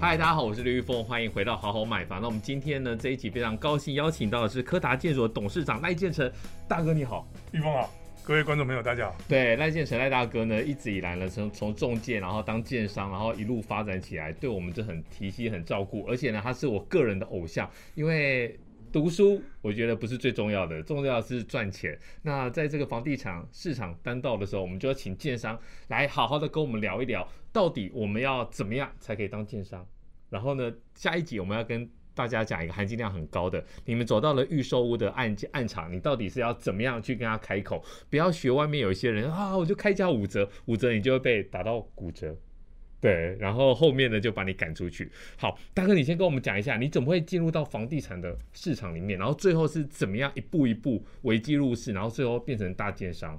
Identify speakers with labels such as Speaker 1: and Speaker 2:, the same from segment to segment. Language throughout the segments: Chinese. Speaker 1: 嗨，大家好，我是刘玉凤，欢迎回到好好买房。那我们今天呢这一集非常高兴邀请到的是柯达建所董事长赖建成大哥，你好。
Speaker 2: 玉峰好，各位观众朋友大家好。
Speaker 1: 对，赖建成赖大哥呢一直以来呢从从中介，然后当建商，然后一路发展起来，对我们就很提携、很照顾，而且呢他是我个人的偶像，因为。读书，我觉得不是最重要的，重要的是赚钱。那在这个房地产市场单道的时候，我们就要请建商来好好的跟我们聊一聊，到底我们要怎么样才可以当建商。然后呢，下一集我们要跟大家讲一个含金量很高的，你们走到了预售屋的案件案场，你到底是要怎么样去跟他开口？不要学外面有一些人啊，我就开价五折，五折你就会被打到骨折。对，然后后面呢就把你赶出去。好，大哥，你先跟我们讲一下，你怎么会进入到房地产的市场里面，然后最后是怎么样一步一步危机入市，然后最后变成大奸商？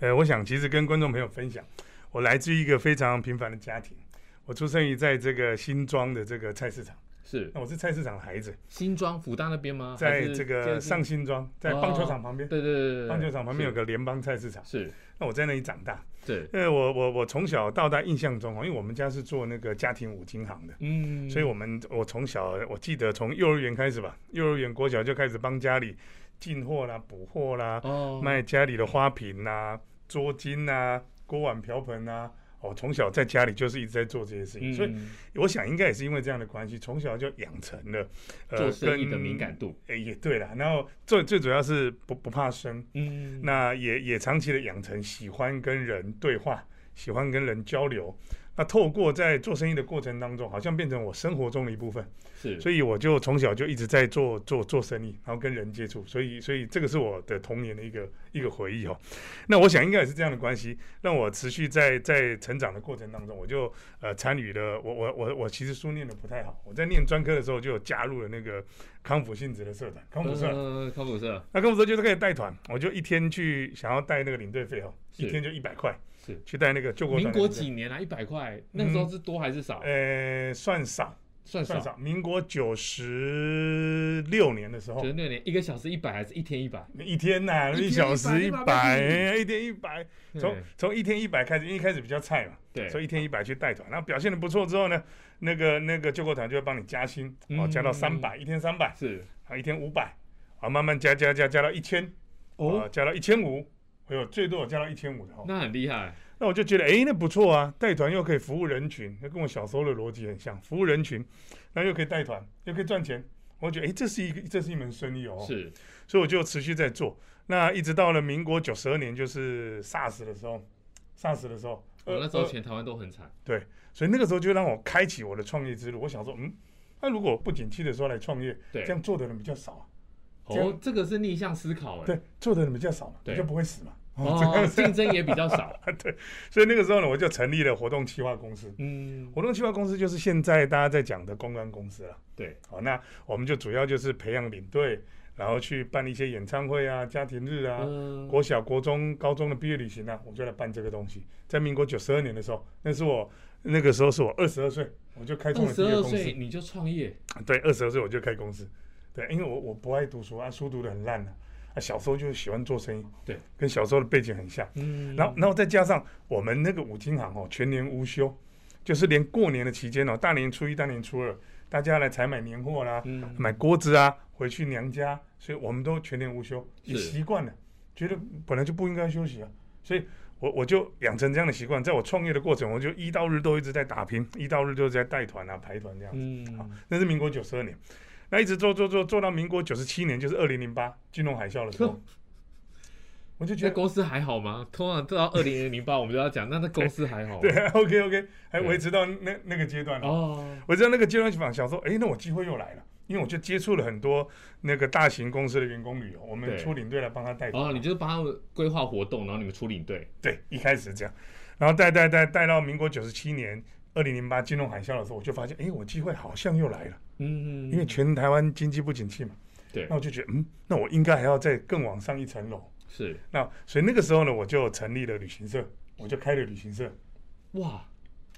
Speaker 2: 呃，我想其实跟观众朋友分享，我来自于一个非常平凡的家庭，我出生于在这个新庄的这个菜市场，
Speaker 1: 是
Speaker 2: 那我是菜市场的孩子，
Speaker 1: 新庄福大那边吗？啊还
Speaker 2: 在
Speaker 1: 是接
Speaker 2: 这
Speaker 1: 近
Speaker 2: 个上新庄，在棒球场旁边，
Speaker 1: 对对对对对，
Speaker 2: 棒球场旁边有个联邦菜市场，
Speaker 1: 是
Speaker 2: 那我在那里长大。
Speaker 1: 是对，
Speaker 2: 呃，我我我从小到大印象中哦，因为我们家是做那个家庭五金行的。
Speaker 1: 嗯，
Speaker 2: 所以我们我从小我记得从幼儿园开始吧，幼儿园、国小就开始帮家里进货啦、补货啦，
Speaker 1: 哦，
Speaker 2: 卖家里的花瓶啊、桌巾啊、锅碗瓢盆啊。哦，从小在家里就是一直在做这些事情，
Speaker 1: 嗯
Speaker 2: 所以我想应该也是因为这样的关系，从小就养成了
Speaker 1: 做生意的敏。
Speaker 2: 呃跟
Speaker 1: 感度，
Speaker 2: 诶也对啦，然后最最主要是不不怕生，
Speaker 1: 嗯，
Speaker 2: 那也也长期的养成喜欢跟人对话，喜欢跟人交流。那透过在做生意的过程当中，好像变成我生活中的一部分，
Speaker 1: 是，
Speaker 2: 所以我就从小就一直在做做做生意，然后跟人接触，所以所以这个是我的童年的一个一个回忆哦。那我想应该也是这样的关系，让我持续在在成长的过程当中，我就呃参与了。我我我我其实书念的不太好，我在念专科的时候就有加入了那个康复性质的社团，康复社。
Speaker 1: 呃，康普社
Speaker 2: 那康复社就是可以带团，我就一天去想要带那个领队费哦，
Speaker 1: 是
Speaker 2: 一天就一百块
Speaker 1: 是
Speaker 2: 去带那个救国团
Speaker 1: 民
Speaker 2: 的
Speaker 1: 国
Speaker 2: 领队？
Speaker 1: 几年啊？一百块，那个时候是多还是少？
Speaker 2: 呃，算少，
Speaker 1: 算
Speaker 2: 算
Speaker 1: 少，
Speaker 2: 少。民国九十六年的时候
Speaker 1: 九，十六年，一个小时一百还是一天一百？
Speaker 2: 一天呐、
Speaker 1: 一天
Speaker 2: 一小时一
Speaker 1: 100
Speaker 2: 百，一天一百，从
Speaker 1: 对
Speaker 2: 从一天一百开始，因为一开始比较菜嘛，
Speaker 1: 对，
Speaker 2: 所以一天一百去带团，然后表现的不错之后呢，那个那个救国团就会帮你加薪，哦，
Speaker 1: 嗯
Speaker 2: 加到三百，一天三百，
Speaker 1: 是
Speaker 2: 啊，一天五百，啊，慢慢加加加加到一千，哦，，加到一千五，哎呦，最多我加到一千五的哦，
Speaker 1: 那很厉害，
Speaker 2: 那我就觉得，哎，那不错啊，带团又可以服务人群，那跟我小时候的逻辑很像，服务人群，然后又可以带团，又可以赚钱，我觉得，哎，这是一个这是一门生意哦，
Speaker 1: 是
Speaker 2: 所以我就持续在做。那一直到了民国九十二年，就是 SARS 的时候，SARS 的时候，
Speaker 1: 我
Speaker 2: 呃
Speaker 1: 哦那时候
Speaker 2: 呃
Speaker 1: 全台湾都很惨，
Speaker 2: 对，所以那个时候就让我开启我的创业之路。我想说，嗯，那如果不景气的时候来创业，
Speaker 1: 对
Speaker 2: 这样做的人比较少啊，这样
Speaker 1: 哦，这个是逆向思考哎，
Speaker 2: 对，做的人比较少嘛，
Speaker 1: 对
Speaker 2: 你就不会死嘛。
Speaker 1: 哦，竞争也比较少，
Speaker 2: 所以那个时候呢，我就成立了活动企划公司。
Speaker 1: 嗯，
Speaker 2: 活动企划公司就是现在大家在讲的公关公司了。
Speaker 1: 对，
Speaker 2: 好，那我们就主要就是培养领队，然后去办一些演唱会啊、家庭日啊，
Speaker 1: 嗯，
Speaker 2: 国小、国中、高中的毕业旅行啊，我就来办这个东西。在民国九十二年的时候，那是我那个时候是我二十二岁，我就开创
Speaker 1: 二
Speaker 2: 了第
Speaker 1: 十
Speaker 2: 一个
Speaker 1: 二
Speaker 2: 公
Speaker 1: 岁
Speaker 2: 司。
Speaker 1: 你就创业，
Speaker 2: 对，二十二岁我就开公司。对，因为我我不爱读书啊，书读的很烂的啊小时候就喜欢做生意，
Speaker 1: 对，
Speaker 2: 跟小时候的背景很像。
Speaker 1: 嗯，
Speaker 2: 然后，然后再加上我们那个五金行哦，全年无休，就是连过年的期间哦，大年初一、大年初二，大家来采买年货啦，
Speaker 1: 嗯，
Speaker 2: 买锅子啊，回去娘家，所以我们都全年无休，
Speaker 1: 是
Speaker 2: 也习惯了，觉得本来就不应该休息啊，所以我我就养成这样的习惯，在我创业的过程，我就一到日都一直在打拼，一到日都在带团啊、排团这样子。好
Speaker 1: 嗯，
Speaker 2: 那是民国九十二年，那一直做做做做到民国九十七年，就是二零零八金融海啸的时候，我就觉
Speaker 1: 那
Speaker 2: 得。
Speaker 1: 公司还好吗？通常到二零零八我们就要讲，那那公司还好吗，
Speaker 2: 对，OK OK，还
Speaker 1: 对
Speaker 2: 维持到那那个阶段了。
Speaker 1: 哦，
Speaker 2: 我知道那个阶段想想说，哎，那我机会又来了，因为我就接触了很多那个大型公司的员工旅游，我们
Speaker 1: 对
Speaker 2: 出领队来帮他带团。
Speaker 1: 哦，你就帮他们规划活动，然后你们出领队，
Speaker 2: 对，一开始这样，然后带带带带到民国九十七年。二零零八金融海啸的时候，我就发现，哎，我机会好像又来了，
Speaker 1: 嗯，
Speaker 2: 因为全台湾经济不景气嘛。
Speaker 1: 对
Speaker 2: 那我就觉得，嗯，那我应该还要再更往上一层楼。
Speaker 1: 是
Speaker 2: 那所以那个时候呢，我就成立了旅行社，我就开了旅行社。
Speaker 1: 哇，
Speaker 2: 啊，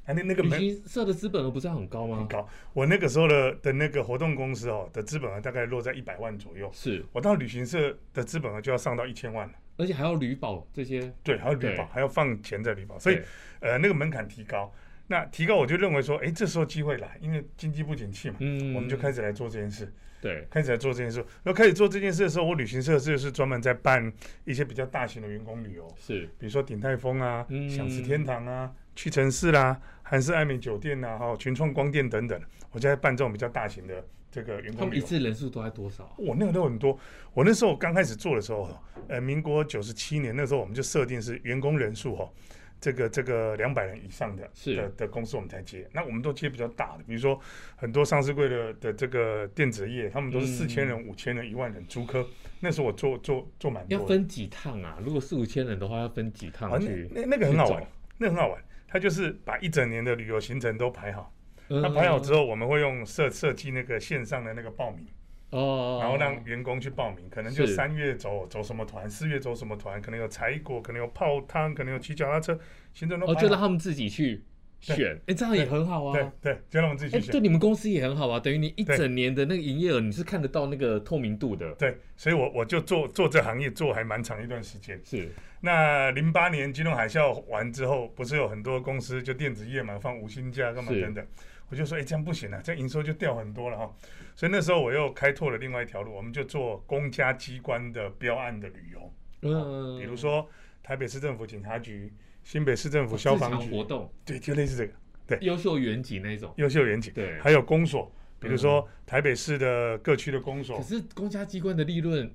Speaker 2: 那那个
Speaker 1: 旅
Speaker 2: 门
Speaker 1: 行社的资本额不是很高
Speaker 2: 很
Speaker 1: 吗？
Speaker 2: 高。我那个时候的的那个活动公司哦的资本额大概落在一百万左右，
Speaker 1: 是，
Speaker 2: 我到旅行社的资本额就要上到一千万了。
Speaker 1: 而且还要旅保这些，
Speaker 2: 对，还要旅
Speaker 1: 对
Speaker 2: 保，还要放钱在旅保，所以
Speaker 1: 对
Speaker 2: 呃那个门槛提高。那提高我就认为说，哎，这时候机会来，因为经济不景气嘛，
Speaker 1: 嗯
Speaker 2: 我们就开始来做这件事，
Speaker 1: 对，
Speaker 2: 开始来做这件事。然后开始做这件事的时候，我旅行社就是专门在办一些比较大型的员工旅游，
Speaker 1: 是
Speaker 2: 比如说鼎泰丰啊、
Speaker 1: 嗯
Speaker 2: 享食天堂啊、屈臣氏啦、韩式爱美酒店呐、啊、还有群创光电等等，我就在办这种比较大型的这个员
Speaker 1: 他
Speaker 2: 工
Speaker 1: 们一
Speaker 2: 旅游。
Speaker 1: 次人数都在多少啊？
Speaker 2: 我那个都很多，我那时候刚开始做的时候，呃，民国九十七年那时候我们就设定是员工人数哈、哦，这个这个两百人以上的
Speaker 1: 是
Speaker 2: 的的公司我们才接，那我们都接比较大的，比如说很多上市柜的的这个电子业，他们都是四千
Speaker 1: 嗯
Speaker 2: 人、五千人、一万人，竹科那时候我做做做蛮多
Speaker 1: 要
Speaker 2: 的。
Speaker 1: 分几趟啊？如果四五千人的话，要分几
Speaker 2: 啊，
Speaker 1: 趟
Speaker 2: 那
Speaker 1: 去？
Speaker 2: 那那个很好
Speaker 1: 去
Speaker 2: 玩
Speaker 1: 走，
Speaker 2: 那很好玩。他就是把一整年的旅游行程都排好，
Speaker 1: 那
Speaker 2: 那排好之后，我们会用设设计那个线上的那个报名，
Speaker 1: 哦，
Speaker 2: 然后让员工去报名，可能就是三月走走什么团，四月走什么团，可能有采果，可能有泡汤，可能有骑脚踏车，行程都
Speaker 1: 哦，
Speaker 2: 排
Speaker 1: 就让
Speaker 2: 好。
Speaker 1: 他们自己去
Speaker 2: 对
Speaker 1: 选，哎，这样也很好啊。
Speaker 2: 对对，就让我们自己
Speaker 1: 哎，
Speaker 2: 去选
Speaker 1: 对。你们公司也很好啊，等于你一
Speaker 2: 对
Speaker 1: 整年的那个营业额，你是看得到那个透明度的。
Speaker 2: 对，所以我我就做做这行业做还蛮长一段时间。
Speaker 1: 是，
Speaker 2: 那零八年金融海啸完之后，不是有很多公司就电子业嘛，放无薪假干嘛
Speaker 1: 是
Speaker 2: 等等，我就说，哎、这样不行啊，这样营收就掉很多了哈。所以那时候我又开拓了另外一条路，我们就做公家机关的标案的旅游，
Speaker 1: 嗯，
Speaker 2: 比如说台北市政府警察局、新北市政府
Speaker 1: 哦
Speaker 2: 消
Speaker 1: 自
Speaker 2: 防
Speaker 1: 强活
Speaker 2: 局，
Speaker 1: 动、
Speaker 2: 对，就类似这个
Speaker 1: 优秀远景那种。
Speaker 2: 优秀远景，
Speaker 1: 对，
Speaker 2: 还有公所，比如说台北市的各区的公所
Speaker 1: 可，是公家机关的利润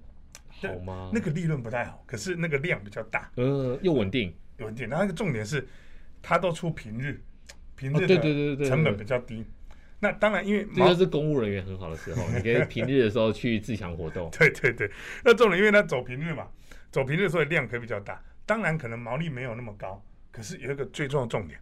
Speaker 2: 对
Speaker 1: 好吗？
Speaker 2: 那个利润不太好，可是那个量比较大。
Speaker 1: 呃，又稳定。
Speaker 2: 有稳定。然后一个重点是，它都出平日，平
Speaker 1: 哦，
Speaker 2: 日
Speaker 1: 对对对
Speaker 2: 的
Speaker 1: 对，
Speaker 2: 成本比
Speaker 1: 对。
Speaker 2: 较低。那当然，因为
Speaker 1: 这
Speaker 2: 毛。
Speaker 1: 就是公务人员很好的时候，你可以平日的时候去自强活动
Speaker 2: 对对对，那重点因为它走平日嘛，走平日所以量可以比较大，当然可能毛利没有那么高，可是有一个最重要的重点，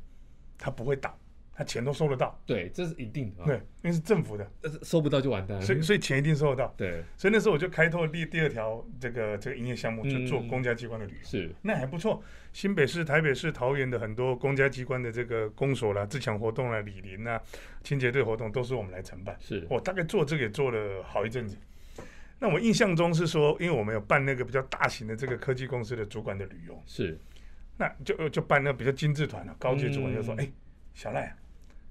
Speaker 2: 它不会倒，它钱都收得到，
Speaker 1: 对，这是一定的啊。
Speaker 2: 对，因为是政府的，
Speaker 1: 但是收不到就完蛋了。
Speaker 2: 所以所以钱一定收得到。
Speaker 1: 对，
Speaker 2: 所以那时候我就开拓第第二条这个这个营业项目，就做
Speaker 1: 嗯
Speaker 2: 公家机关的旅游。
Speaker 1: 是
Speaker 2: 那还不错。新北市、台北市、桃园的很多公家机关的这个公所啦、自强活动啦、李林啦、清洁队活动都是我们来承办。
Speaker 1: 是，
Speaker 2: 我大概做这个也做了好一阵子。那我印象中是说，因为我们有办那个比较大型的这个科技公司的主管的旅游，
Speaker 1: 是
Speaker 2: 那就就办那比较精致团了、啊高级主管就说：“
Speaker 1: 嗯
Speaker 2: 哎、小赖、啊，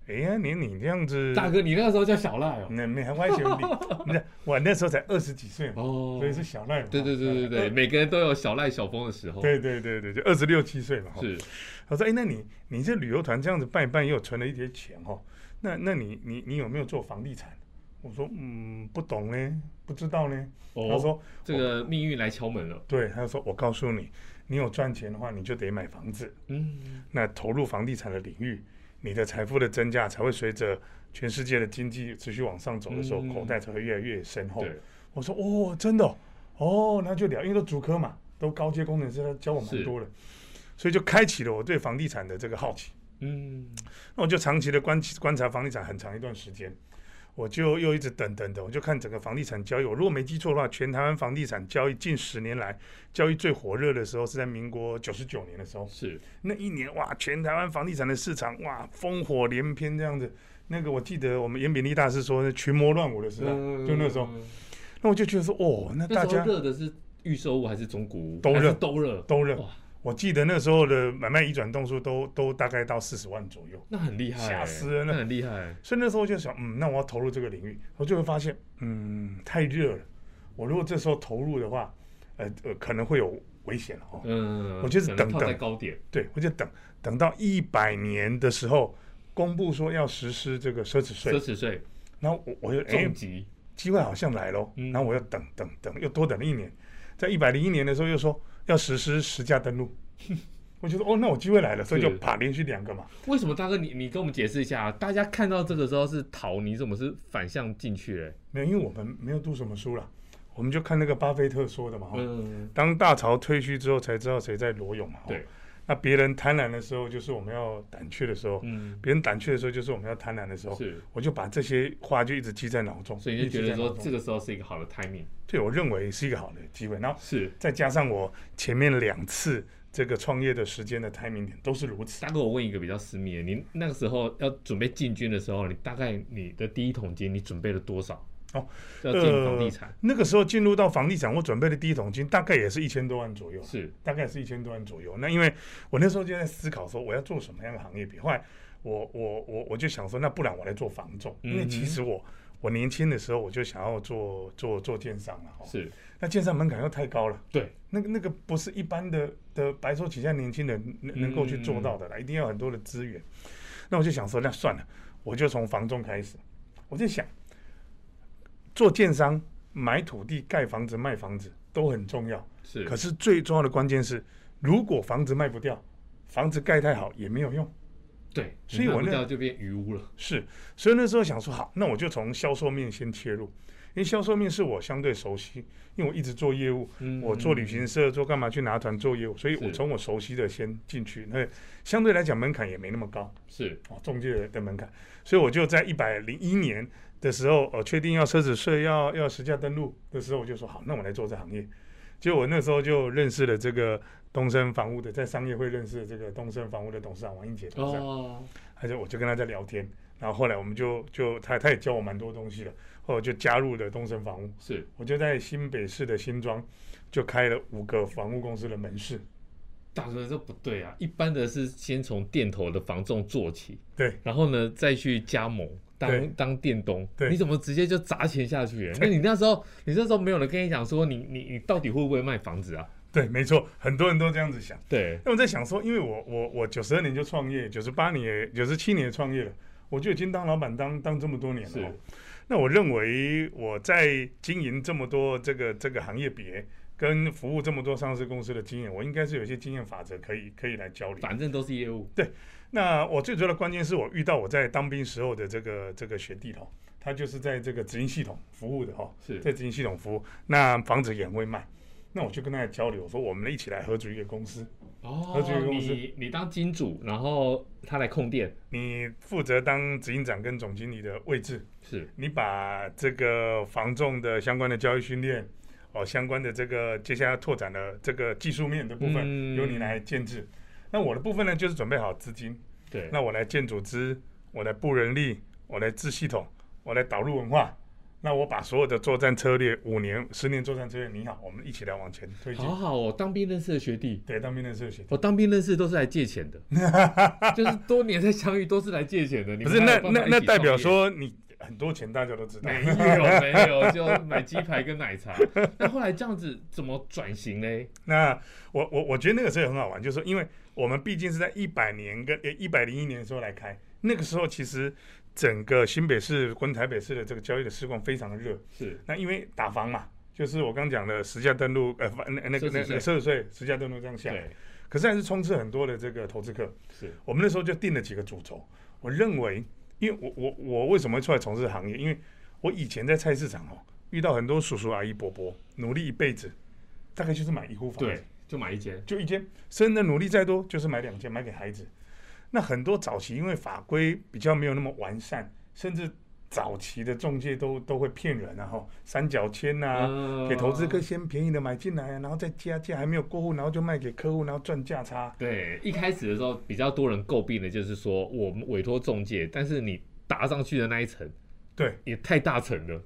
Speaker 2: 哎呀，你你这样子，
Speaker 1: 大哥，你那个时候叫小赖哦。
Speaker 2: 那没还歪斜你，你 看我那时候才二十几岁嘛，
Speaker 1: 哦
Speaker 2: 所以是小赖嘛。
Speaker 1: 对对对对对，
Speaker 2: 对
Speaker 1: 每个人都有小赖小峰的时候。，
Speaker 2: 呃对对对对，就二十六七岁嘛。哈
Speaker 1: 是
Speaker 2: 他说：“哎、那你你这旅游团这样子办一办，也有存了一些钱哦。那那你你你有没有做房地产？”我说：“嗯，不懂呢，不知道呢。他
Speaker 1: 哦，
Speaker 2: 说
Speaker 1: 这个命运来敲门了：“。
Speaker 2: 对，他说我告诉你，你有赚钱的话，你就得买房子。
Speaker 1: 嗯，
Speaker 2: 那投入房地产的领域，你的财富的增加才会随着全世界的经济持续往上走的时候，
Speaker 1: 嗯
Speaker 2: 口袋才会越来越深厚。
Speaker 1: 对，”
Speaker 2: 我说：“哦，真的哦，哦那就聊，因为都主科嘛，都高阶工程师，他教我蛮
Speaker 1: 是
Speaker 2: 多的，所以就开启了我对房地产的这个好奇。”
Speaker 1: 嗯，
Speaker 2: 那我就长期的观观察房地产很长一段时间，我就又一直等等等，我就看整个房地产交易。我如果没记错的话，全台湾房地产交易近十年来交易最火热的时候是在民国九十九年的时候，
Speaker 1: 是
Speaker 2: 那一年哇，全台湾房地产的市场哇烽火连篇这样子。那个我记得我们严炳立大师说是群魔乱舞的时代，就那时候，
Speaker 1: 嗯
Speaker 2: 那我就觉得说哦，那大
Speaker 1: 那时
Speaker 2: 家
Speaker 1: 候热的是预售屋还是中古屋？
Speaker 2: 都热
Speaker 1: 还是都热，
Speaker 2: 都热
Speaker 1: 哇。
Speaker 2: 我记得那时候的买卖移转动数都都大概到四十万左右。
Speaker 1: 那很厉害欸，
Speaker 2: 吓死人了
Speaker 1: 那很厉害。
Speaker 2: 所以那时候我就想，嗯，那我要投入这个领域，我就会发现，嗯，太热了。我如果这时候投入的话，呃呃，可能会有危险了哦。
Speaker 1: 嗯，
Speaker 2: 我就是
Speaker 1: 可能
Speaker 2: 等
Speaker 1: 套在
Speaker 2: 等
Speaker 1: 高点，
Speaker 2: 对，我就等等到一百年的时候，公布说要实施这个奢侈
Speaker 1: 奢
Speaker 2: 税，
Speaker 1: 侈税
Speaker 2: 然后我我就哎
Speaker 1: 重，疾，
Speaker 2: 机会好像来喽，
Speaker 1: 嗯
Speaker 2: 然后我又等等等，又多等了一年，在一百零一年的时候又说要实施实价登录， 我觉得哦，那我机会来了，所以就是啪连续两个嘛。
Speaker 1: 为什么大哥你你跟我们解释一下？啊大家看到这个时候是逃，你怎么是反向进去嘞？
Speaker 2: 没有，因为我们没有读什么书了，我们就看那个巴菲特说的嘛。哦
Speaker 1: 嗯，
Speaker 2: 当大潮退去之后，才知道谁在裸泳嘛。哦
Speaker 1: 对，
Speaker 2: 那别人贪婪的时候，就是我们要胆怯的时候；
Speaker 1: 嗯，
Speaker 2: 别人胆怯的时候，就是我们要贪婪的时候。
Speaker 1: 是，
Speaker 2: 我就把这些话就一直记在脑中，
Speaker 1: 所以你就觉得
Speaker 2: 哦
Speaker 1: 说
Speaker 2: 一直记在脑中
Speaker 1: 这个时候是一个好的 timing，
Speaker 2: 对我认为是一个好的机会。然后
Speaker 1: 是。
Speaker 2: 再加上我前面两次这个创业的时间的 timing 点都是如此。
Speaker 1: 大哥，我问一个比较私密的，你那个时候要准备进军的时候，你大概你的第一桶金你准备了多少？
Speaker 2: 哦，
Speaker 1: 要进房地产、
Speaker 2: 那个时候进入到房地产，我准备的第一桶金大概也是一千多万左右，
Speaker 1: 是
Speaker 2: 大概是一千多万左右。那因为我那时候就在思考说我要做什么样的行业比，后来我我我我就想说，那不然我来做房仲，因为
Speaker 1: 嗯哼
Speaker 2: 其实我我年轻的时候我就想要做做做电商了哦，
Speaker 1: 是，
Speaker 2: 那建商门槛又太高了。
Speaker 1: 对，
Speaker 2: 那个那个不是一般的的白手起家年轻人能能够去做到
Speaker 1: 嗯
Speaker 2: 的啦，一定要有很多的资源。那我就想说，那算了，我就从房仲开始。我就想，做建商、买土地、盖房子、卖房子都很重要，
Speaker 1: 是，
Speaker 2: 可是最重要的关键是，如果房子卖不掉，房子盖太好也没有用。
Speaker 1: 对，
Speaker 2: 所以
Speaker 1: 你卖
Speaker 2: 我
Speaker 1: 不
Speaker 2: 那
Speaker 1: 掉就变余屋了，
Speaker 2: 是，所以那时候想说，好，那我就从销售面先切入，因为销售面是我相对熟悉，因为我一直做业务，
Speaker 1: 嗯
Speaker 2: 我做旅行社，做干嘛去拿团做业务，所以我
Speaker 1: 是
Speaker 2: 从我熟悉的先进去，那相对来讲门槛也没那么高
Speaker 1: 嗯是
Speaker 2: 哦，中介的门槛，所以我就在一百零一年的时候，呃，确定要奢侈税要要实价登录的时候，我就说好，那我来做这行业。结果我那时候就认识了这个东升房屋的，在商业会认识了这个东升房屋的董事长王英杰董事长。
Speaker 1: 哦，
Speaker 2: 他就我就跟他在聊天，然后后来我们就就他他也教我蛮多东西的，后来我就加入了东升房屋，
Speaker 1: 是
Speaker 2: 我就在新北市的新庄就开了五个房屋公司的门市，
Speaker 1: 大哥这不对啊，一般的是先从店头的房仲做起，
Speaker 2: 对，
Speaker 1: 然后呢再去加盟。
Speaker 2: 对
Speaker 1: 当当店东，
Speaker 2: 对
Speaker 1: 你怎么直接就砸钱下去？那你那时候，你那时候没有人跟你讲说你你你到底会不会卖房子啊？
Speaker 2: 对，没错，很多人都这样子想。
Speaker 1: 对，
Speaker 2: 那我在想说，因为我我我九十二年就创业，九十八年、九十七年创业了，我就已经当老板当当这么多年
Speaker 1: 是
Speaker 2: 了哦。那我认为我在经营这么多这个这个行业别，跟服务这么多上市公司的经验，我应该是有一些经验法则可以可以来交流。
Speaker 1: 反正都是业务，
Speaker 2: 那我最主要的关键是我遇到我在当兵时候的这个这个学弟哦，他就是在这个直营系统服务的哦，
Speaker 1: 是
Speaker 2: 在直营系统服务，那房子也很会卖。那我就跟他交流，我说我们一起来合组一个公司，
Speaker 1: 哦
Speaker 2: 合资公司
Speaker 1: 你你当金主，然后他来控店，
Speaker 2: 你负责当执行长跟总经理的位置，
Speaker 1: 是
Speaker 2: 你把这个房仲的相关的教育训练，哦，相关的这个接下来拓展的这个技术面的部分，
Speaker 1: 嗯
Speaker 2: 由你来建制。那我的部分呢，就是准备好资金，
Speaker 1: 对，
Speaker 2: 那我来建组织，我来布人力，我来制系统，我来导入文化。那我把所有的作战策略，五年、十年作战策略拟好，我们一起来往前推进
Speaker 1: 好。好哦，当兵认识的学弟，
Speaker 2: 对，当兵的社群
Speaker 1: 我当兵认识都是来借钱 的，就是多年才相遇都是来借钱的。你
Speaker 2: 不
Speaker 1: 们
Speaker 2: 是那
Speaker 1: 哪有办法
Speaker 2: 那
Speaker 1: 一
Speaker 2: 那
Speaker 1: 起
Speaker 2: 代
Speaker 1: 创
Speaker 2: 表
Speaker 1: 业
Speaker 2: 说你很多钱大家都 知道，
Speaker 1: 没有没有，就买鸡排跟奶 茶。那后来这样子怎么转型嘞？
Speaker 2: 那我我我觉得那个时候也很好玩，就是说，因为我们毕竟是在一百年跟呃一百零一年的时候来开，那个时候其实整个新北市跟台北市的这个交易的市况非常的热。
Speaker 1: 是
Speaker 2: 那因为打房嘛，就是我刚讲的实价登录，呃，那那个那个奢侈税实价登录这样下，
Speaker 1: 对
Speaker 2: 可是还是充斥很多的这个投资客。
Speaker 1: 是
Speaker 2: 我们那时候就定了几个主轴，我认为，因为我我我为什么会出来从事行业？因为我以前在菜市场哦，遇到很多叔叔阿姨伯伯，努力一辈子，大概就是买一户房子。
Speaker 1: 对，就买一间
Speaker 2: 就一间，生的努力再多，就是买两间，买给孩子。那很多早期因为法规比较没有那么完善，甚至早期的中介都都会骗人、啊，然后三角签啊，
Speaker 1: 啊
Speaker 2: 给投资客先便宜的买进来啊，然后再加价，还没有过户，然后就卖给客户，然后赚价差。
Speaker 1: 对，一开始的时候比较多人诟病的就是说，我们委托中介，但是你搭上去的那一层
Speaker 2: 对，
Speaker 1: 也太大层了，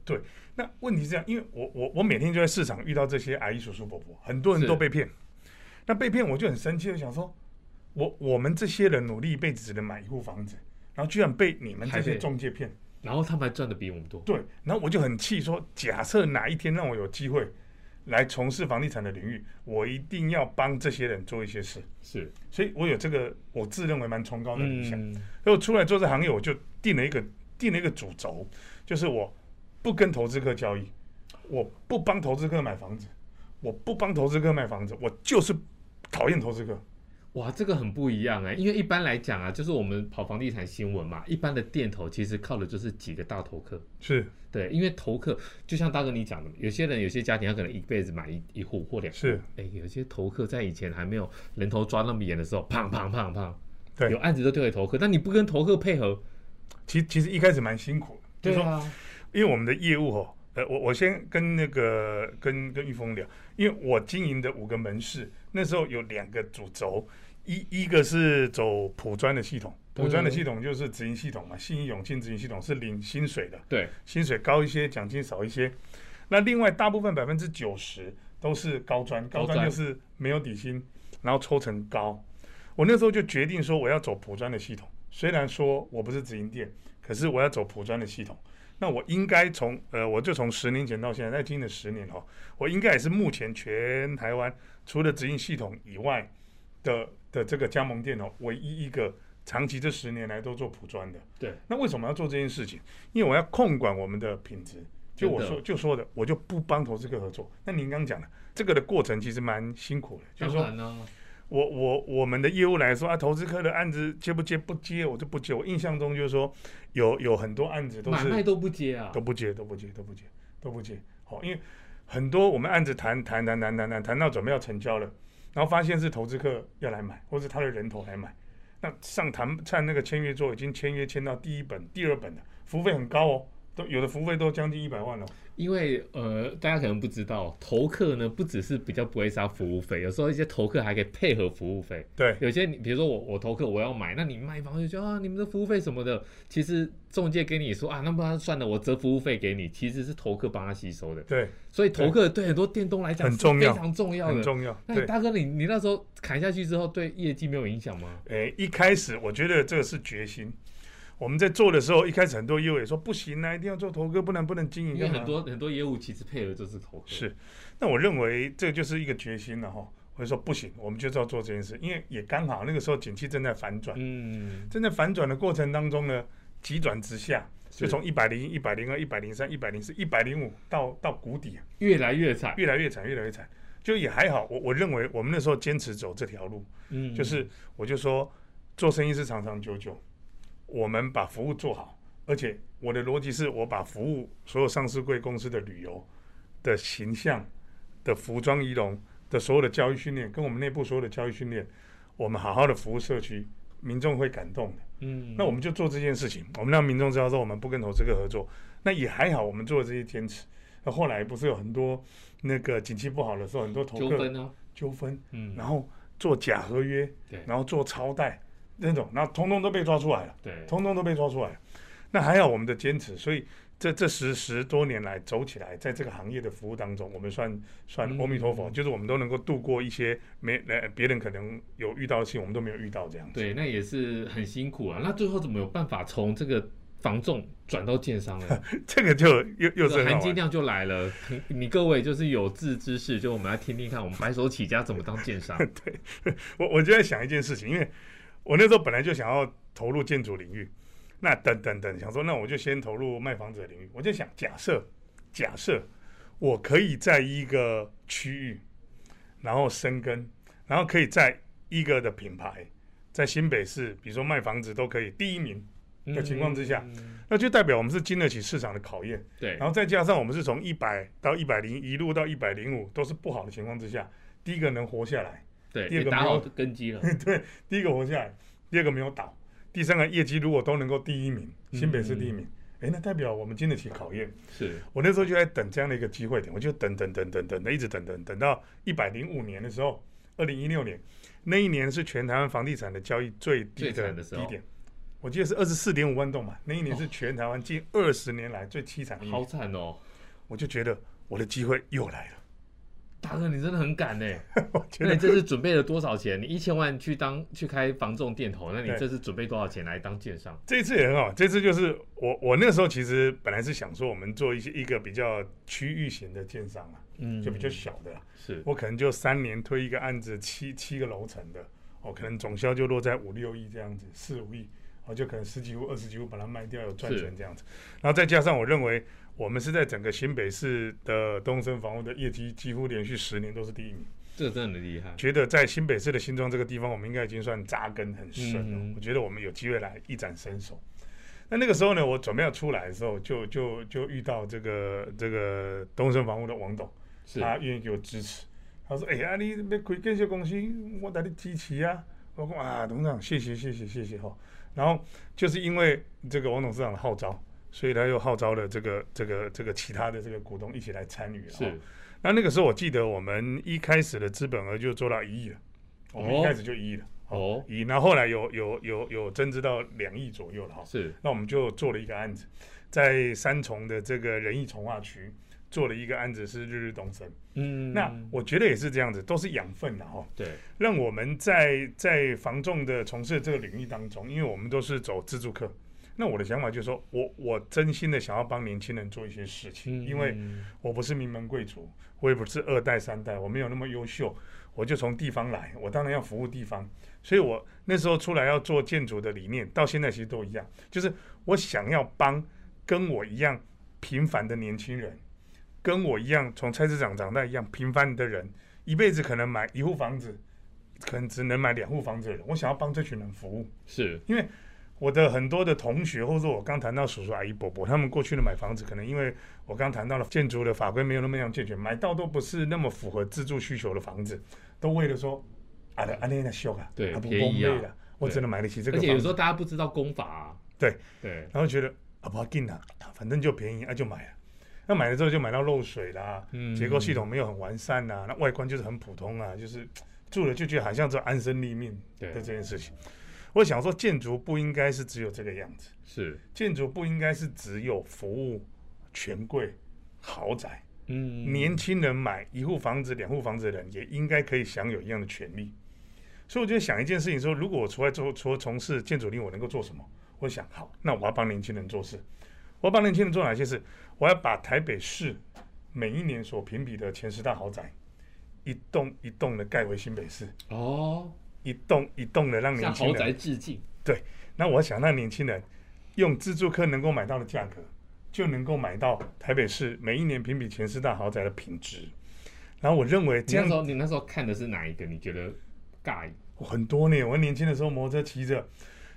Speaker 2: 那问题是这样，因为我我我每天就在市场遇到这些阿姨叔叔伯伯，很多人都
Speaker 1: 是
Speaker 2: 被骗。那被骗我就很生气，我想说，我我们这些人努力一辈子只能买一户房子，然后居然被你们这
Speaker 1: 还
Speaker 2: 些
Speaker 1: 被
Speaker 2: 中介骗。
Speaker 1: 然后他们还赚的比我们多。
Speaker 2: 对，然后我就很气说，假设哪一天让我有机会来从事房地产的领域，我一定要帮这些人做一些事。
Speaker 1: 是，
Speaker 2: 所以我有这个我自认为蛮崇高的理想，
Speaker 1: 嗯，
Speaker 2: 所以我出来做这行业，我就定了一个定了一个主轴，就是我不跟投资客交易，我不帮投资客买房子，我不帮投资客卖房子，我就是讨厌投资客。
Speaker 1: 哇，这个很不一样哎、因为一般来讲啊，就是我们跑房地产新闻嘛，一般的店头其实靠的就是几个大头客。
Speaker 2: 是
Speaker 1: 对，因为投客就像大哥你讲的，有些人有些家庭他可能一辈子买一一户或两户，
Speaker 2: 是，
Speaker 1: 哎，有些投客在以前还没有人头抓那么严的时候，砰砰砰砰，
Speaker 2: 对
Speaker 1: 有案子都丢给投客，但你不跟投客配合，
Speaker 2: 其其实一开始蛮辛苦的，就是说
Speaker 1: 啊，
Speaker 2: 因为我们的业务哦，呃，我我先跟那个跟跟玉峰聊，因为我经营的五个门市，那时候有两个主轴，一一个是走普专的系统，普专的系统就是执行系统嘛，信义永庆执行系统是领薪水的，
Speaker 1: 对，
Speaker 2: 薪水高一些，奖金少一些。那另外大部分百分之九十都是高专，高专
Speaker 1: 专
Speaker 2: 就是没有底薪，然后抽成高。我那时候就决定说我要走普专的系统，虽然说我不是直营店，可是我要走普专的系统。那我应该从呃，我就从十年前到现在，在经营了十年哦，我应该也是目前全台湾除了直营系统以外的的这个加盟店哦，唯一一个长期这十年来都做普专的。
Speaker 1: 对，
Speaker 2: 那为什么要做这件事情？因为我要控管我们的品质。就我
Speaker 1: 真的
Speaker 2: 说就说的，我就不帮投资客合作。那您刚讲的这个的过程其实蛮辛苦的，就是说
Speaker 1: 当然啊呢，
Speaker 2: 我我我们的业务来说啊，投资客的案子接不接不接，我就不接。我印象中就是说有有很多案子都
Speaker 1: 买
Speaker 2: 是
Speaker 1: 卖都不接啊
Speaker 2: 都，不接，都不接，都不接，都不接。好、因为很多我们案子谈谈谈谈谈谈谈到准备要成交了，然后发现是投资客要来买，或是他的人头来买。那上谈看那个签约桌已经签约签到第一本、第二本了，服务费很高哦，都有的服务费都将近一百万了。哦
Speaker 1: 因为呃，大家可能不知道，投客呢不只是比较不会杀服务费，有时候一些投客还可以配合服务费。
Speaker 2: 对，
Speaker 1: 有些你比如说我我投客我要买，那你卖方就说啊你们的服务费什么的，其实中介给你说啊，那么算了，我折服务费给你，其实是投客帮他吸收的，
Speaker 2: 对，
Speaker 1: 所以投客对很多店东来讲
Speaker 2: 很
Speaker 1: 是
Speaker 2: 重要
Speaker 1: 非常重要
Speaker 2: 很
Speaker 1: 的。
Speaker 2: 重要。
Speaker 1: 那你
Speaker 2: 对，
Speaker 1: 大哥你你那时候砍下去之后，对业绩没有影响吗？
Speaker 2: 诶，一开始我觉得这个是决心。我们在做的时候，一开始很多业务也说不行啊，一定要做投哥，嗯不然不能经营。
Speaker 1: 因为
Speaker 2: 干嘛
Speaker 1: 很多很多业务其实配合就是投客，
Speaker 2: 是，那我认为这就是一个决心了哈。我就说不行，我们就是要做这件事，因为也刚好那个时候景气正在反转，
Speaker 1: 嗯，
Speaker 2: 正在反转的过程当中呢，急转直下，就是从一百零一、一百零二、一百零三、一百零四、一百零五到到谷底，啊
Speaker 1: 越来越惨，
Speaker 2: 越来越惨，越来越惨。就也还好，我我认为我们那时候坚持走这条路，
Speaker 1: 嗯，
Speaker 2: 就是我就说做生意是长长久久，我们把服务做好，而且我的逻辑是我把服务所有上市贵公司的旅游的形象的服装仪容的所有的教育训练，跟我们内部所有的教育训练，我们好好的服务社区，民众会感动的。
Speaker 1: 嗯，
Speaker 2: 那我们就做这件事情，我们让民众知道说我们不跟投资客合作，那也还好，我们做了这些坚持。那后来不是有很多那个景气不好的时候，很多投
Speaker 1: 纠
Speaker 2: 客
Speaker 1: 纷啊，
Speaker 2: 纠纷，
Speaker 1: 嗯，
Speaker 2: 然后做假合约
Speaker 1: 对，
Speaker 2: 然后做超贷那种，然后通通都被抓出来了，
Speaker 1: 对，
Speaker 2: 通通都被抓出来了。那还好我们的坚持，所以这这十十多年来走起来，在这个行业的服务当中，我们算算
Speaker 1: 嗯
Speaker 2: 阿弥陀佛，就是我们都能够度过一些没呃别人可能有遇到的事情，我们都没有遇到这样子。
Speaker 1: 对，那也是很辛苦啊。那最后怎么有办法从这个房仲转到建商呢？
Speaker 2: 这个就又又
Speaker 1: 这
Speaker 2: 是
Speaker 1: 个
Speaker 2: 很好
Speaker 1: 含
Speaker 2: 玩
Speaker 1: 金量就来了。你你各位就是有志之士，就我们来听听看，我们白手起家怎么当建商？
Speaker 2: 我我就在想一件事情，因为我那时候本来就想要投入建筑领域，那等等等，想说那我就先投入卖房子的领域。我就想，假设假设我可以在一个区域，然后生根，然后可以在一个的品牌，在新北市，比如说卖房子都可以第一名， 的情况之下
Speaker 1: 嗯
Speaker 2: 那就代表我们是经得起市场的考验。
Speaker 1: 对
Speaker 2: 然，后再加上我们是从一百到一百零一路到一百零五都是不好的情况之下，第一个能活下来。
Speaker 1: 对，
Speaker 2: 第二
Speaker 1: 也
Speaker 2: 个
Speaker 1: 打
Speaker 2: 没有
Speaker 1: 好根基 了。
Speaker 2: 第一个活下来，第二个没有倒，第三个业绩如果都能够第一名，新北市第一名，诶，那代表我们经得起考验。
Speaker 1: 是，
Speaker 2: 我那时候就在等这样的一个机会点，我就等等等等等等，一直等等等到一百零五年的时候，二零一六年那一年是全台湾房地产的交易最低
Speaker 1: 最
Speaker 2: 的
Speaker 1: 惨的时候
Speaker 2: 低点。我记得是二十四点五万栋嘛，那一年是全台湾近二十年来最凄惨的一
Speaker 1: 好
Speaker 2: 年，
Speaker 1: 惨哦，
Speaker 2: 我就觉得我的机会又来了，
Speaker 1: 大哥你真的很敢呢。
Speaker 2: 我 觉
Speaker 1: 那
Speaker 2: 得
Speaker 1: 你这次准备了多少钱？你一千万去当去开房仲店头，那你
Speaker 2: 对嗯
Speaker 1: 这次准备多少钱来当建商？
Speaker 2: 这一次也很好，这次就是我我那时候其实本来是想说我们做一些一个比较区域型的建商啊，
Speaker 1: 嗯
Speaker 2: 就比较小的啦，
Speaker 1: 是，
Speaker 2: 我可能就三年推一个案子七七个楼层的，哦，可能总销就落在五六亿这样子，四五亿，哦，就可能十几户、二十几户把它卖掉有赚
Speaker 1: 是
Speaker 2: 钱这样子，然后再加上我认为我们是在整个新北市的东升房屋的业绩几乎连续十年都是第一名。
Speaker 1: 这个真的很厉害。
Speaker 2: 觉得在新北市的新庄这个地方，我们应该已经算扎根很深了。
Speaker 1: 嗯
Speaker 2: 我觉得我们有机会来一展身手。那那个时候呢，我准备要出来的时候，就就就遇到这个这个东升房屋的王董，
Speaker 1: 是，
Speaker 2: 他愿意给我支持。他说：“哎、呀、啊，你要开建设公司，我带你支持啊。”我说：“啊，董事长，谢谢谢谢谢谢哈。”然后就是因为这个王董事长的号召，所以他又号召了这个这个这个其他的这个股东一起来参与了。
Speaker 1: 是，
Speaker 2: 那那个时候我记得我们一开始的资本额就做到一亿了，我们
Speaker 1: 哦
Speaker 2: 一开始就一亿了，
Speaker 1: 哦，
Speaker 2: 以那后来有有有有增资到两亿左右了哈。
Speaker 1: 是
Speaker 2: 那我们就做了一个案子，在三重的这个仁义从化区做了一个案子，是日日东升。
Speaker 1: 嗯，
Speaker 2: 那我觉得也是这样子，都是养分的哈。
Speaker 1: 对
Speaker 2: 让我们在在防重的从事这个领域当中，因为我们都是走自助课，那我的想法就是说，我我真心的想要帮年轻人做一些事情，因为
Speaker 1: 嗯
Speaker 2: 我不是名门贵族，我也不是二代三代，我没有那么优秀，我就从地方来，我当然要服务地方。所以我那时候出来要做建筑的理念，到现在其实都一样，就是我想要帮跟我一样平凡的年轻人，跟我一样从菜市场长大一样平凡的人，一辈子可能买一户房子，可能只能买两户房子的人，我想要帮这群人服务。
Speaker 1: 是
Speaker 2: 我的很多的同学，或者说我刚谈到叔叔阿姨伯伯，他们过去的买房子，可能因为我刚谈到了建筑的法规没有那么样健全，买到都不是那么符合自住需求的房子，都为了说啊的安利那修啊，
Speaker 1: 对
Speaker 2: 啊不
Speaker 1: 便
Speaker 2: 崩
Speaker 1: 宜
Speaker 2: 溃
Speaker 1: 啊
Speaker 2: 了，我
Speaker 1: 对
Speaker 2: 只能买得起这
Speaker 1: 而
Speaker 2: 个
Speaker 1: 且有
Speaker 2: 房
Speaker 1: 时
Speaker 2: 子，
Speaker 1: 候大家不知道功法、啊，
Speaker 2: 对
Speaker 1: 对，
Speaker 2: 然后觉得啊不要紧啊，反正就便宜啊就买了，那买了之后就买到漏水啦，
Speaker 1: 嗯
Speaker 2: 结构系统没有很完善呐、那外观就是很普通啊，就是住了就觉得好像只有安身立命
Speaker 1: 对
Speaker 2: 的这件事情。我想说，建筑不应该是只有这个样子。
Speaker 1: 是，
Speaker 2: 建筑不应该是只有服务权贵豪宅，
Speaker 1: 嗯，
Speaker 2: 年轻人买一户房子、两户房子的人也应该可以享有一样的权利。所以我就想一件事情说如果我除了做除了从事建筑业，我能够做什么？我想好，那我要帮年轻人做事，我要帮年轻人做哪些事？我要把台北市每一年所评比的前十大豪宅，一栋一栋的盖回新北市，
Speaker 1: 哦，
Speaker 2: 一栋一栋的让年
Speaker 1: 向
Speaker 2: 轻
Speaker 1: 豪
Speaker 2: 人
Speaker 1: 宅致敬，
Speaker 2: 那我想让年轻人用自住客能够买到的价格，就能够买到台北市每一年评比前四大豪宅的品质。然后我认为
Speaker 1: 你
Speaker 2: 这
Speaker 1: 那时
Speaker 2: 样
Speaker 1: 候你那时候看的是哪一个？你觉得尬？
Speaker 2: 很多呢。我年轻的时候摩托车骑着，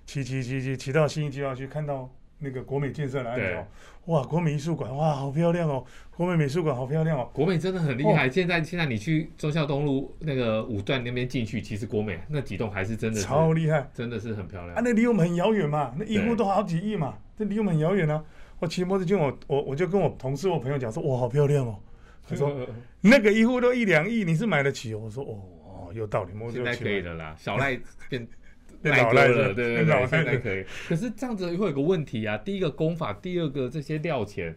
Speaker 2: 骑骑骑骑骑到新义计划区，看到那个国美建设的案子哦，哇，国美艺术馆，哇，好漂亮哦，国美美术馆好漂亮哦。
Speaker 1: 国美真的很厉害，现在现在你去忠孝东路那个五段那边进去，其实国美那几栋还是真的是
Speaker 2: 超厉害
Speaker 1: 真的是很漂亮
Speaker 2: 啊！，那离我们很遥远嘛，那一
Speaker 1: 对
Speaker 2: 户都好几亿嘛，这离我们很遥远啊。我骑摩托车，我我我就跟我同事、我朋友讲说，哇，好漂亮哦。他 说， 那个一户都一两亿，你是买得起？我说哦哦，有道理，我
Speaker 1: 现
Speaker 2: 就
Speaker 1: 在
Speaker 2: 起
Speaker 1: 可
Speaker 2: 来
Speaker 1: 以了啦，小赖变
Speaker 2: 变
Speaker 1: 赖
Speaker 2: 老
Speaker 1: 多
Speaker 2: 赖
Speaker 1: 了，对
Speaker 2: 了
Speaker 1: 对
Speaker 2: 变
Speaker 1: 对，
Speaker 2: 老
Speaker 1: 现
Speaker 2: 赖
Speaker 1: 在
Speaker 2: 了
Speaker 1: 可以。可是这样子会有个问题啊，第一个功法，第二个这些料钱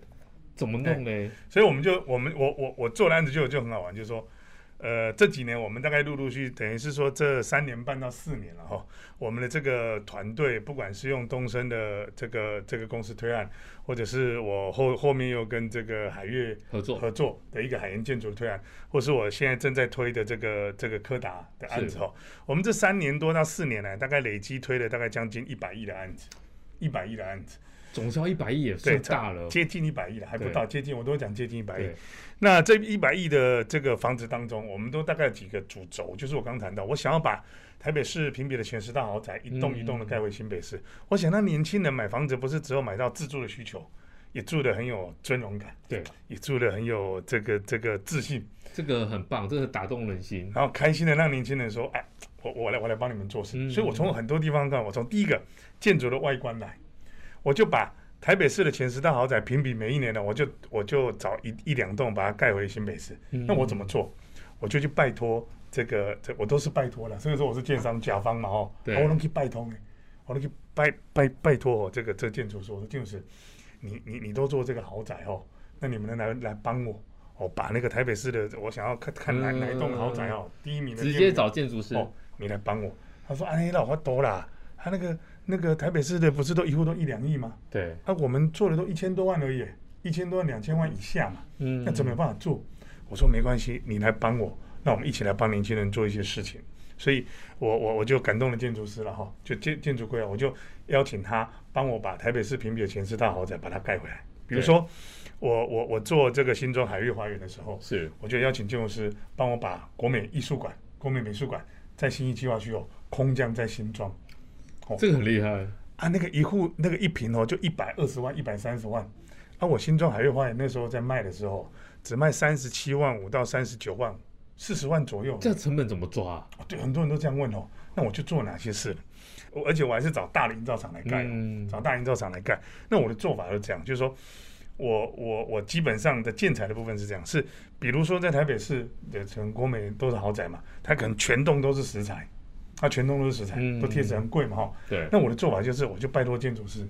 Speaker 1: 怎么弄嘞？
Speaker 2: 所以我们就我们我我我做的案子就就很好玩，就是说，呃，这几年我们大概陆陆续，等于是说这三年半到四年了哈，我们的这个团队，不管是用东升的这个这个公司推案，或者是我后后面又跟这个海月
Speaker 1: 合作
Speaker 2: 合作的一个海盐建筑的推案，或是我现在正在推的这个这个柯达的案子哦。我们这三年多到四年来，大概累积推了大概将近一百亿的案子，一百亿的案子，
Speaker 1: 总销一百亿也
Speaker 2: 对，
Speaker 1: 算大了，
Speaker 2: 接近一百亿了，还不到接近，我都讲接近一百亿
Speaker 1: 哦对。，
Speaker 2: 那这一百亿的这个房子当中，我们都大概有几个主轴，就是我刚谈到，我想要把台北市评比的前十大豪宅一栋一
Speaker 1: 嗯
Speaker 2: 栋的盖回新北市。我想让年轻人买房子，不是只有买到自住的需求，也住得很有尊荣感，
Speaker 1: 对，
Speaker 2: 也住得很有这个这个自信，
Speaker 1: 这个很棒，真的打动人心。
Speaker 2: 然后开心的让年轻人说：“哎，我我来我来帮你们做事。
Speaker 1: 嗯
Speaker 2: 所以我从很多地方看，我从第一个建筑的外观来，我就把。台北市的前十大豪宅评比每一年呢，我就我就找一一两栋把它盖回新北市。那我怎
Speaker 1: 么
Speaker 2: 么做？我就去拜托这个，这我都是拜托了。所以说我是建商甲方嘛，哦，
Speaker 1: 对
Speaker 2: 啊我能去拜托呢，我能去拜拜拜托哦，这个这个建筑师，我说建筑师，你你你都做这个豪宅哦，那你们能来来帮我，哦，把那个台北市的，我想要看看哪、
Speaker 1: 嗯
Speaker 2: 哪一栋豪宅哦，第一名的
Speaker 1: 直
Speaker 2: 店
Speaker 1: 接
Speaker 2: 名
Speaker 1: 找建筑师？
Speaker 2: 哦，你来帮我。他说哎，老花多啦，他、那个那个台北市的不是都一户都一两亿吗？
Speaker 1: 对，
Speaker 2: 啊，我们做的都一千多万而已，一千多万两千万以下嘛。
Speaker 1: 嗯
Speaker 2: 那怎么有办法做？我说没关系，你来帮我，那我们一起来帮年轻人做一些事情。所以我我我就感动了建筑师了哈，就建建筑规啊，我就邀请他帮我把台北市评比的前四大豪宅把它盖回来。比如
Speaker 1: 对
Speaker 2: 说，我我我做这个新庄海域花园的时候，
Speaker 1: 是
Speaker 2: 我就邀请建筑师帮我把国美艺术馆、国美美术馆在新义计划区哦，空降在新庄
Speaker 1: 这个很厉害，
Speaker 2: 啊，那个一户那个一平哦，就一百二十万、一百三十万。啊，我新庄海悦花园那时候在卖的时候，只卖三十七万五到三十九万，四十万左右。
Speaker 1: 这成本怎么抓啊？
Speaker 2: 啊对很多人都这样问哦，那我去做哪些事呢？我而且我还是找大的营造厂来盖哦、
Speaker 1: 嗯
Speaker 2: 找大营造厂来盖。那我的做法是这样，就是说我我我基本上的建材的部分是这样，是呃比如说在台北市的成国美都是豪宅嘛，它可能全栋都是石材，它全通都是石材，
Speaker 1: 嗯
Speaker 2: 都贴纸很贵嘛哈。
Speaker 1: 对，
Speaker 2: 那我的做法就是，我就拜托建筑师，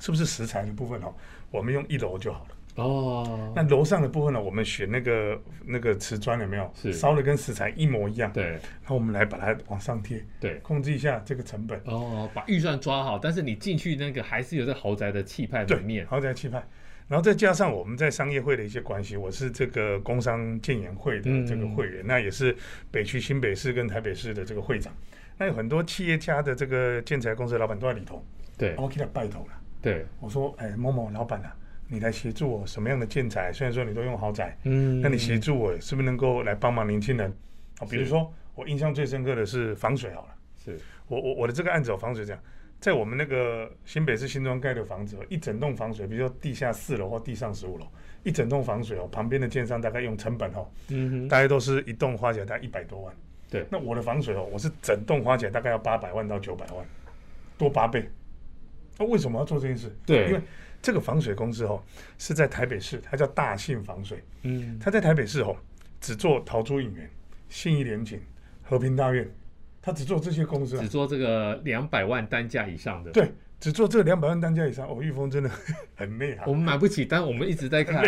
Speaker 2: 是不是石材的部分哦，我们用一楼就好了。
Speaker 1: 哦，
Speaker 2: 那楼上的部分呢，我们选那个那个瓷砖有没有？
Speaker 1: 是
Speaker 2: 烧的跟石材一模一样。，
Speaker 1: 对
Speaker 2: 然后我们来把它往上贴，
Speaker 1: 对，
Speaker 2: 控制一下这个成本。
Speaker 1: 哦，把预算抓好，但是你进去那个还是有这豪宅的气派里
Speaker 2: 对，
Speaker 1: 面，
Speaker 2: 豪宅气派。然后再加上我们在商业会的一些关系，我是这个工商建研会的这
Speaker 1: 嗯
Speaker 2: 个会员，那也是北区新北市跟台北市的这个会长。那有很多企业家的这个建材公司的老板都在里头，
Speaker 1: 对
Speaker 2: 我给他拜托了。
Speaker 1: 对，
Speaker 2: 我说，哎，某某老板啊，你来协助我什么样的建材？虽然说你都用豪宅，
Speaker 1: 嗯，
Speaker 2: 那你协助我是不是能够来帮忙年轻人？啊，比如
Speaker 1: 是
Speaker 2: 说我印象最深刻的是防水好了，
Speaker 1: 是
Speaker 2: 我我我的这个案子有防水这样，在我们那个新北市新庄盖的房子哦，一整栋防水，比如说地下四楼或地上十五楼，一整栋防水哦，旁边的建商大概用成本哦，
Speaker 1: 嗯哼，
Speaker 2: 大概都是一栋花起来大概一百多万。
Speaker 1: 对
Speaker 2: 那我的防水哦，我是整栋花起来大概要八百万到九百万，多八倍。那、为什么要做这件事？
Speaker 1: 对
Speaker 2: 因为这个防水公司哦是在台北市，它叫大信防水，
Speaker 1: 嗯，
Speaker 2: 它在台北市哦只做桃竹影园、信义联景、和平大院，它只做这些公司、啊
Speaker 1: 只。做这个两百万单价以上的，，
Speaker 2: 对，只做这两百万单价以上，哦，玉峰真的 很内
Speaker 1: 我
Speaker 2: 行。
Speaker 1: 们买不起，但我们一直在看，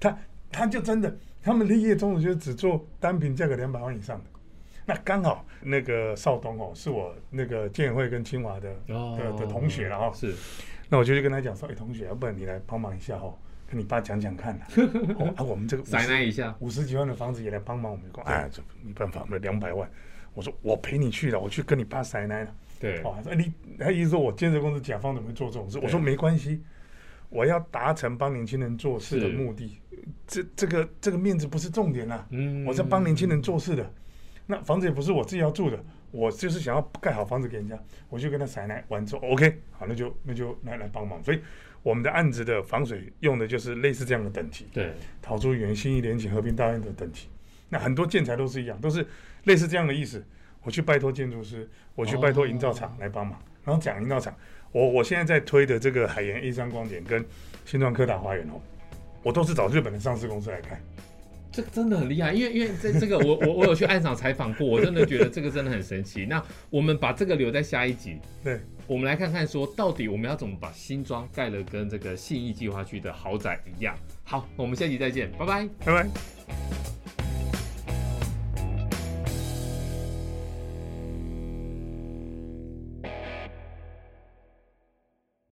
Speaker 2: 他他就真的，他们立业宗旨就是只做单品价格两百万以上的。那刚好那个邵东哦，是我那个建会跟清华的、
Speaker 1: 哦
Speaker 2: 的的同学了哦。
Speaker 1: 是，
Speaker 2: 那我就去跟他讲说，哎、同学，要不然你来帮忙一下哦，跟你爸讲讲 看、啊哦啊，我们这个五
Speaker 1: 灾难
Speaker 2: 十
Speaker 1: 一下，
Speaker 2: 五十几万的房子也来帮忙我们一共，哎，这没办法，我们两百万。我说我陪你去了，我去跟你爸塞奶了。
Speaker 1: 对，
Speaker 2: 哦，他说你他意思说我建设公司甲方怎么会做这种事？我说
Speaker 1: 对啊
Speaker 2: 没关系，我要达成帮年轻人做事的
Speaker 1: 是
Speaker 2: 目的，这这个这个面子不是重点啊啦、
Speaker 1: 嗯
Speaker 2: 我在帮年轻人做事的，那房子也不是我自己要住的，我就是想要盖好房子给人家，我就跟他塞奶完之后，OK，好，那就那就来来帮忙。所以我们的案子的防水用的就是类似这样的等级，
Speaker 1: 对，
Speaker 2: 桃竹园、新义联景、和平大院的等级。那很多建材都是一样，都是类似这样的意思。我去拜托建筑师，我去拜托营造厂来帮忙，然后讲营造厂。我我现在在推的这个海盐 A 三光点跟新庄科大花园哦，我都是找日本的上市公司来看。
Speaker 1: 这个真的很厉害，因为因为这这个我我我有去暗场采访过，我真的觉得这个真的很神奇。那我们把这个留在下一集，
Speaker 2: 对，
Speaker 1: 我们来看看说到底我们要怎么把新庄盖了跟这个信义计划区的豪宅一样。好，我们下集再见，拜拜。
Speaker 2: 拜拜。